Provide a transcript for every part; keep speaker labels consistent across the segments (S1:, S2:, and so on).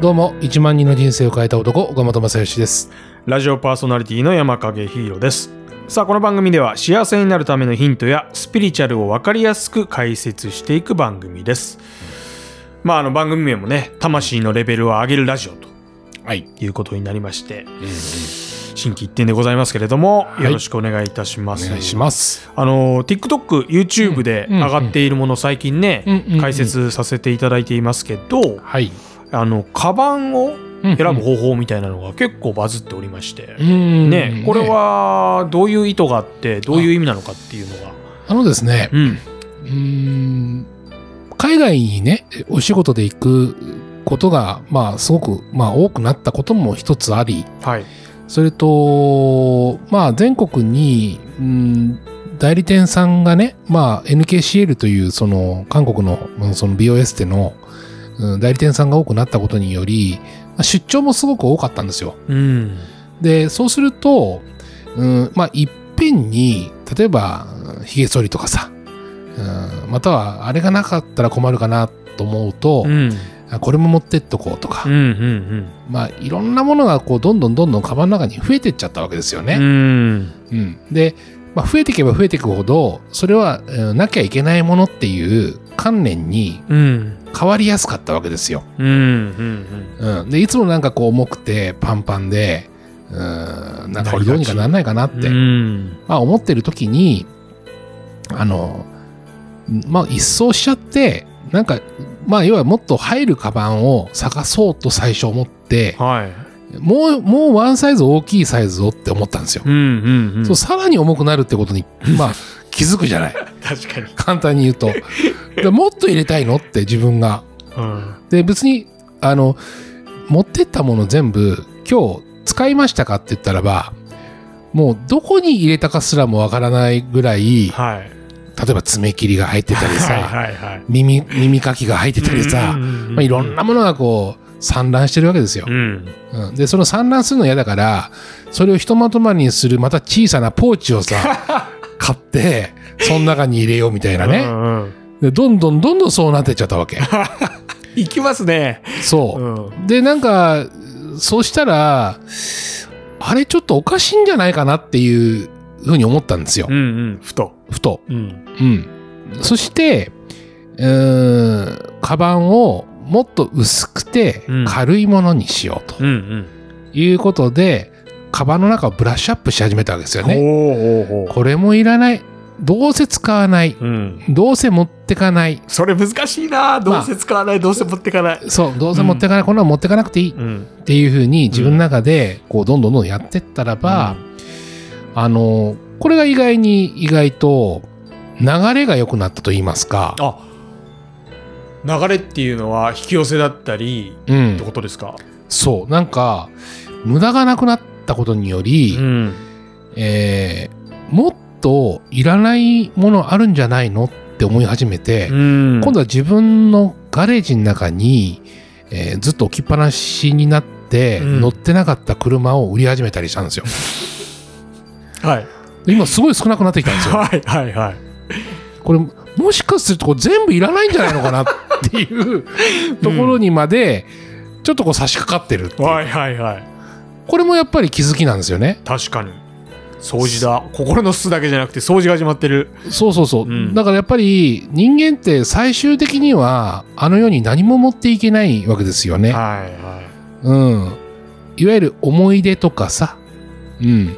S1: どうも、1万人の人生を変えた男、岡本正義です。
S2: ラジオパーソナリティの山影ヒーローです。さあ、この番組では幸せになるためのヒントやスピリチュアルを分かりやすく解説していく番組です。まあ、あの番組名もね、魂のレベルを上げるラジオと
S1: はい。
S2: いうことになりまして、新規一点でございますけれども、
S1: い
S2: よろしくお願いいたしま
S1: お
S2: す。
S1: 願いします。
S2: あの TikTok、YouTube で上がっているもの、最近ね、
S1: うんうんうん
S2: 解説させていただいていますけど、
S1: はい。
S2: あのカバンを
S1: 選
S2: 選ぶ方法みたいなのが結構バズっておりまして。
S1: うん
S2: ね、これ、はどういう意図があってどういう意味なのかっていうのが、
S1: あのですね、
S2: うん、
S1: うーん、海外にね、お仕事で行くことが、まあ、すごく、まあ、多くなったことも一つあり、
S2: はい、
S1: それと、まあ、全国に、うん、代理店さんがね、まあ、NKCL という、その、韓国の、うんその美容エステの、うん代理店さんが多くなったことにより、まあ出張もすごく多かったんですよ。
S2: うん、
S1: で、そうすると、うん、まあ、いっぺんに、例えば、うん髭剃りとかさ、うん、または、あれがなかったら困るかなと思うと
S2: うん、う、ん、
S1: あこれも持ってっとこうとか
S2: うん、、うん、
S1: まあ、いろんなものが、こう、どんどんどんどんカバンの中に増えてっちゃったわけですよね。
S2: うん、
S1: うん、で、まあ、増えていけば増えていくほどそれは、うんなきゃいけないものっていう観念に
S2: うん、
S1: 変わりやすかったわけですよ。
S2: うん、うん、
S1: うん、でいつもなんかこう重くてパンパンで、うん、なんかこれどうにかならないかなって、
S2: うん、
S1: まあ、思ってる時にあのまあ一掃しちゃってなんかまあ要はもっと入るカバンを探そうと最初思って
S2: はい、
S1: もうもうワンサイズ大きいサイズをって思ったんですよ。
S2: うん、うん、うん、
S1: そうさらに重くなるってことに、まあ、気づくじゃない
S2: 確かに、
S1: 簡単に言うとでもっと入れたいのって自分が
S2: うん、
S1: で別にあの持ってったもの全部今日使いましたかって言ったらばもうどこに入れたかすらもわからないぐらい例
S2: はい、
S1: えば爪切りが入ってたりさ、
S2: はい、はい、はい、
S1: 耳耳かきが入ってたりさ、まあ、いろんなものがこう散乱してるわけですよ
S2: う、ん、
S1: うん、でその散乱するの嫌だからそれをひとまとまりにするまた小さなポーチを さ買ってその中に入れようみたいなね、
S2: うん、
S1: でどんどんどんどんそうなってっちゃったわ け
S2: 行きますね、
S1: そう、
S2: ん、
S1: でなんかそうしたらあれちょっとおかしいんじゃないかなっていうふうに思ったんですよ、
S2: うん、うん、ふと、
S1: ふと
S2: うん、
S1: うんそしてうーんカバンをもっと薄くて
S2: うん
S1: 軽いものにしようと
S2: うん、
S1: いうことで、カバンの中をブラッシュアップし始めたわけです
S2: うん、
S1: よ
S2: ほう
S1: ね
S2: ほうほ、
S1: これもいらないどうせ使わないう
S2: うん、
S1: どうせ持ってかない
S2: それ難しいな、どうせ使わない、どうせ持ってかない、
S1: そうどうせ持ってかない、こんなの持ってかなくていい
S2: うん、
S1: っていうふうに自分の中でこうどんどんどんどんやってったらば、あのこれが意外に意外と流れが良くなったと言いますか、
S2: あ流れっていうのは引き寄せだったり
S1: う
S2: っ
S1: ん
S2: て、ことですか、
S1: そうなんか無駄がなくなったことにより、
S2: ん、
S1: えーもっといらないものあるんじゃないのって思い始めて、
S2: 今
S1: 今度は自分のガレージの中に、えーずっと置きっぱなしになって、
S2: うん
S1: 乗ってなかった車を売り始めたりしたんですよ。
S2: はい
S1: 今すごい少なくなってきたんですよ。
S2: はいはいはい
S1: これもしかするとこれ全部いらないんじゃないのかなっていうところにまでちょっとこう差し掛かってるっていう
S2: はいはいはい
S1: これもやっぱり気づきなんですよね
S2: 確かに掃除だ心のすだけじゃなくて掃除が始まってる
S1: そうそうそう、
S2: うん
S1: だからやっぱり人間って最終的にはあの世に何も持っていけないわけですよね、
S2: はいは
S1: うん、いわゆる思い出とかさ、うん、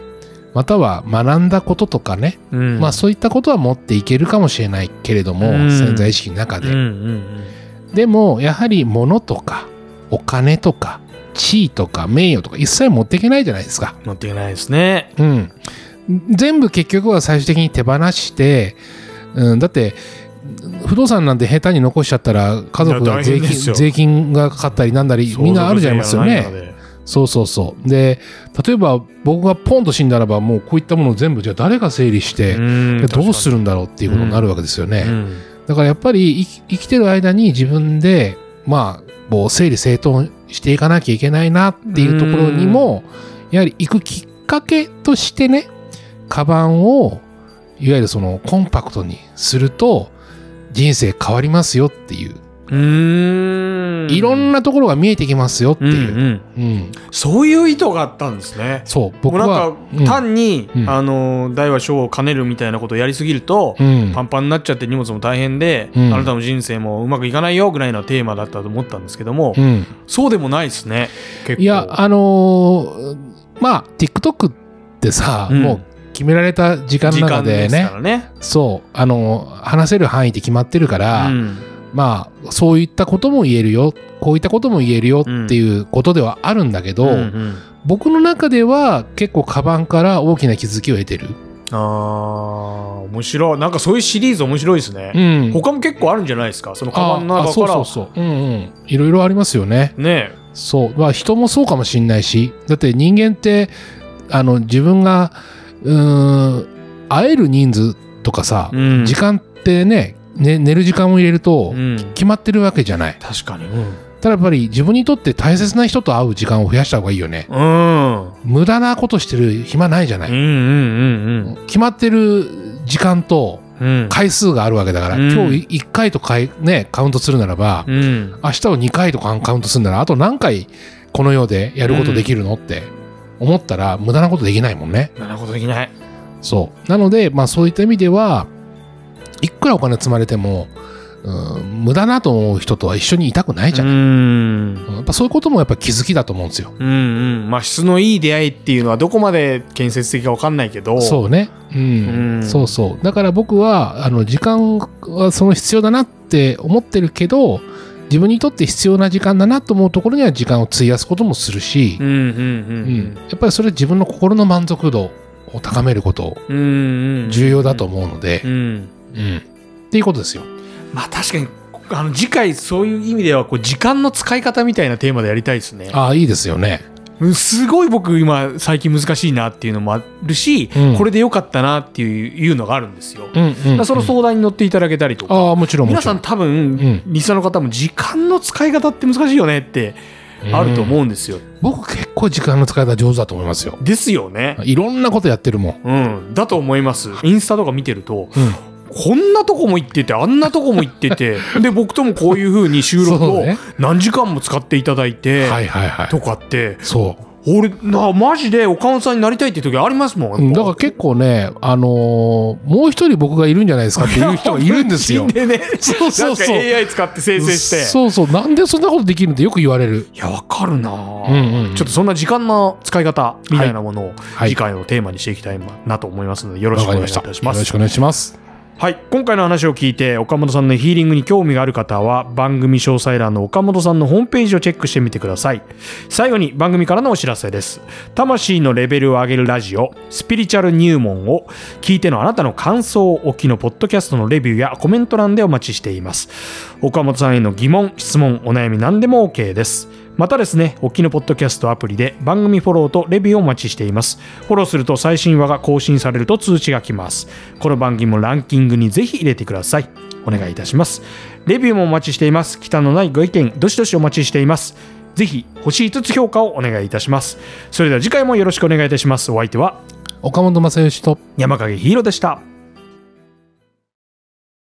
S1: または学んだこととかね、
S2: い、うん
S1: まあそういったことは持っていけるかもしれないけれども、
S2: うん
S1: 潜在意識の中
S2: う
S1: で、
S2: んうん
S1: でもやはり物とかお金とか地位とか名誉とか一切持っていけないじゃないですか。
S2: うん持っていけないですね
S1: うん、全部結局は最終的に手放して、うん、だって不動産なんて下手に残しちゃったら家族
S2: い
S1: が
S2: や大
S1: 税
S2: 変です
S1: 金
S2: よ
S1: 税金がかかったりなんだりみんなあるじゃないですよ
S2: 相続
S1: ね。
S2: 税やらない
S1: そうそうそう。で例えば僕がポンと死んだらばもうこういったものを全部じゃあ誰が整理して、
S2: のでうん
S1: どうするんだろうっていうことになるわけですよね。
S2: 確かにうん
S1: だからやっぱり生き生きてる間に自分で、まあ、こう整理整頓していかなきゃいけないなっていうところにも、やはり行くきっかけとしてね、カバンを、いわゆるそのコンパクトにすると、人生変わりますよっていう
S2: うーん
S1: いろんなところが見えてきますよって
S2: うんう
S1: いう。
S2: ん
S1: うん
S2: そういう意図があったんですね
S1: そう、僕
S2: 僕な
S1: は。
S2: んか単に、
S1: うん
S2: あの大は小を兼ねるみたいなことをやりすぎると、
S1: うんうん
S2: パンパンになっちゃって荷物も大変で、
S1: うん
S2: あなたの人生もうまくいかないよぐらいのテーマだったと思ったんですけども、
S1: うん
S2: そうでもないですね結構
S1: いや、あのーまあ、TikTok ってさ、
S2: うん
S1: もう決められた時間
S2: 時
S1: の中
S2: 間で
S1: ですね
S2: か、らね
S1: そう、あのー話せる範囲って決まってるから、
S2: うん
S1: まあ、そういったことも言えるよ、こういったことも言えるよっていうことではあるんだけど、
S2: うんうん
S1: 僕の中では結構カバンから大きな気づきを得てる。
S2: あー面白いなんかそういうシリーズ面白いですね、
S1: うん。
S2: 他も結構あるんじゃないですかそのカバンの
S1: ああそ
S2: 中
S1: う
S2: か
S1: そう
S2: ら
S1: そう。うんうん。いろいろありますよね。
S2: ね
S1: そう。まあ人もそうかもしんないし、だって人間って、あの、自分が、うーん、会える人数とかさ、
S2: うん
S1: 時間ってねね、寝る時間を入れると、
S2: うん
S1: 決まってるわけじゃない。
S2: 確かに
S1: ただやっぱり自分にとって大切な人と会う時間を増やした方がいいよね。
S2: うん
S1: 無駄なことしてる暇ないじゃな
S2: うん
S1: い。
S2: うん
S1: 決まってる時間と
S2: うんうん
S1: 回数があるわけだから、
S2: うん
S1: 今日1回とかいね、カウントするならば、
S2: うん
S1: 明日を2回とかカウントするならあと何回この世でやることできるの、って思ったら無駄なことできないもんね
S2: なるほどできない
S1: そうなのでまあそういった意味ではいくらお金積まれてもうん無駄なと思う人とは一緒にいたくないじゃ、
S2: うんん
S1: やっぱそういうこともやっぱ気づきだと思うんですよ
S2: うんうんまあ質のいい出会いっていうのはどこまで建設的か分かんないけど
S1: そうねうん、
S2: うん
S1: そうそうだから僕はあの時間はその必要だなって思ってるけど自分にとって必要な時間だなと思うところには時間を費やすこともするし、
S2: うんうん
S1: やっぱりそれ自分の心の満足度を高めること
S2: うんうんうんうん
S1: 重要だと思うので
S2: う、ん
S1: うんっていうことですよ。
S2: まあ確かにあの次回そういう意味ではこう時間の使い方みたいなテーマでやりたいですね
S1: ああいいですよね。
S2: うんすごい僕今最近難しいなっていうのもあるし、
S1: うん
S2: これで良かったなっていういうのがあるんですよ、だか
S1: うんうん、
S2: らその
S1: う
S2: 相談に乗っていただけたりと
S1: ん。
S2: か、
S1: ああもちろんも
S2: 皆
S1: ちろ
S2: さ
S1: ん。
S2: ん多分、
S1: ん
S2: リスナーの方も時間の使い方って難しいよねってあると
S1: うん。
S2: 思うんですよ、
S1: 僕結構時間の使い方上手だと思いますよ。
S2: ですよね、
S1: いろんなことやってるもん。
S2: うん、だと思いますインスタとか見てると
S1: うん、
S2: こんなとこも行っててあんなとこも行って てで僕ともこういうふうに収録
S1: そう
S2: を
S1: ね
S2: 何時間も使っていただいて、
S1: はいはいはい。
S2: とかって
S1: そう、
S2: 俺なマジで岡本さんになりたいって時ありますもん、
S1: うんだから結構ね、あのーもう一人僕がいるんじゃないですかっていう人がいるんですよ
S2: 死ん。でね。
S1: そうそうそう
S2: なんか AI 使って生成して。
S1: そうそうなんでそんなことできるんってよく言われる。
S2: いや、わかるな、
S1: うんうんうん
S2: ちょっとそんな時間の使い方みたいなものを
S1: い
S2: 次回のテーマにしていきたいなと思いますので、よろし
S1: わ
S2: くお
S1: かりま
S2: 願いい
S1: した。
S2: た
S1: よ
S2: しま
S1: ろ
S2: す
S1: し。くお願いします。
S2: はい。今回の話を聞いて、岡本さんのヒーリングに興味がある方は、番組詳細欄の岡本さんのホームページをチェックしてみてください。最後に番組からのお知らせです。魂のレベルを上げるラジオ、スピリチュアル入門を聞いてのあなたの感想をおきのポッドキャストのレビューやコメント欄でお待ちしています。岡本さんへの疑問、質問、お悩み何でも OK です。またですね、おきのポッドキャストアプリで番組フォローとレビューをお待ちしています。フォローすると最新話が更新されると通知が来ます。この番組もランキングにぜひ入れてください。お願いいたします。レビューもお待ちしています。忌憚のないご意見、どしどしお待ちしています。ぜひ、星5つ評価をお願いいたします。それでは次回もよろしくお願いいたします。お相手は
S1: 岡本正義と
S2: 山影ヒーローでした。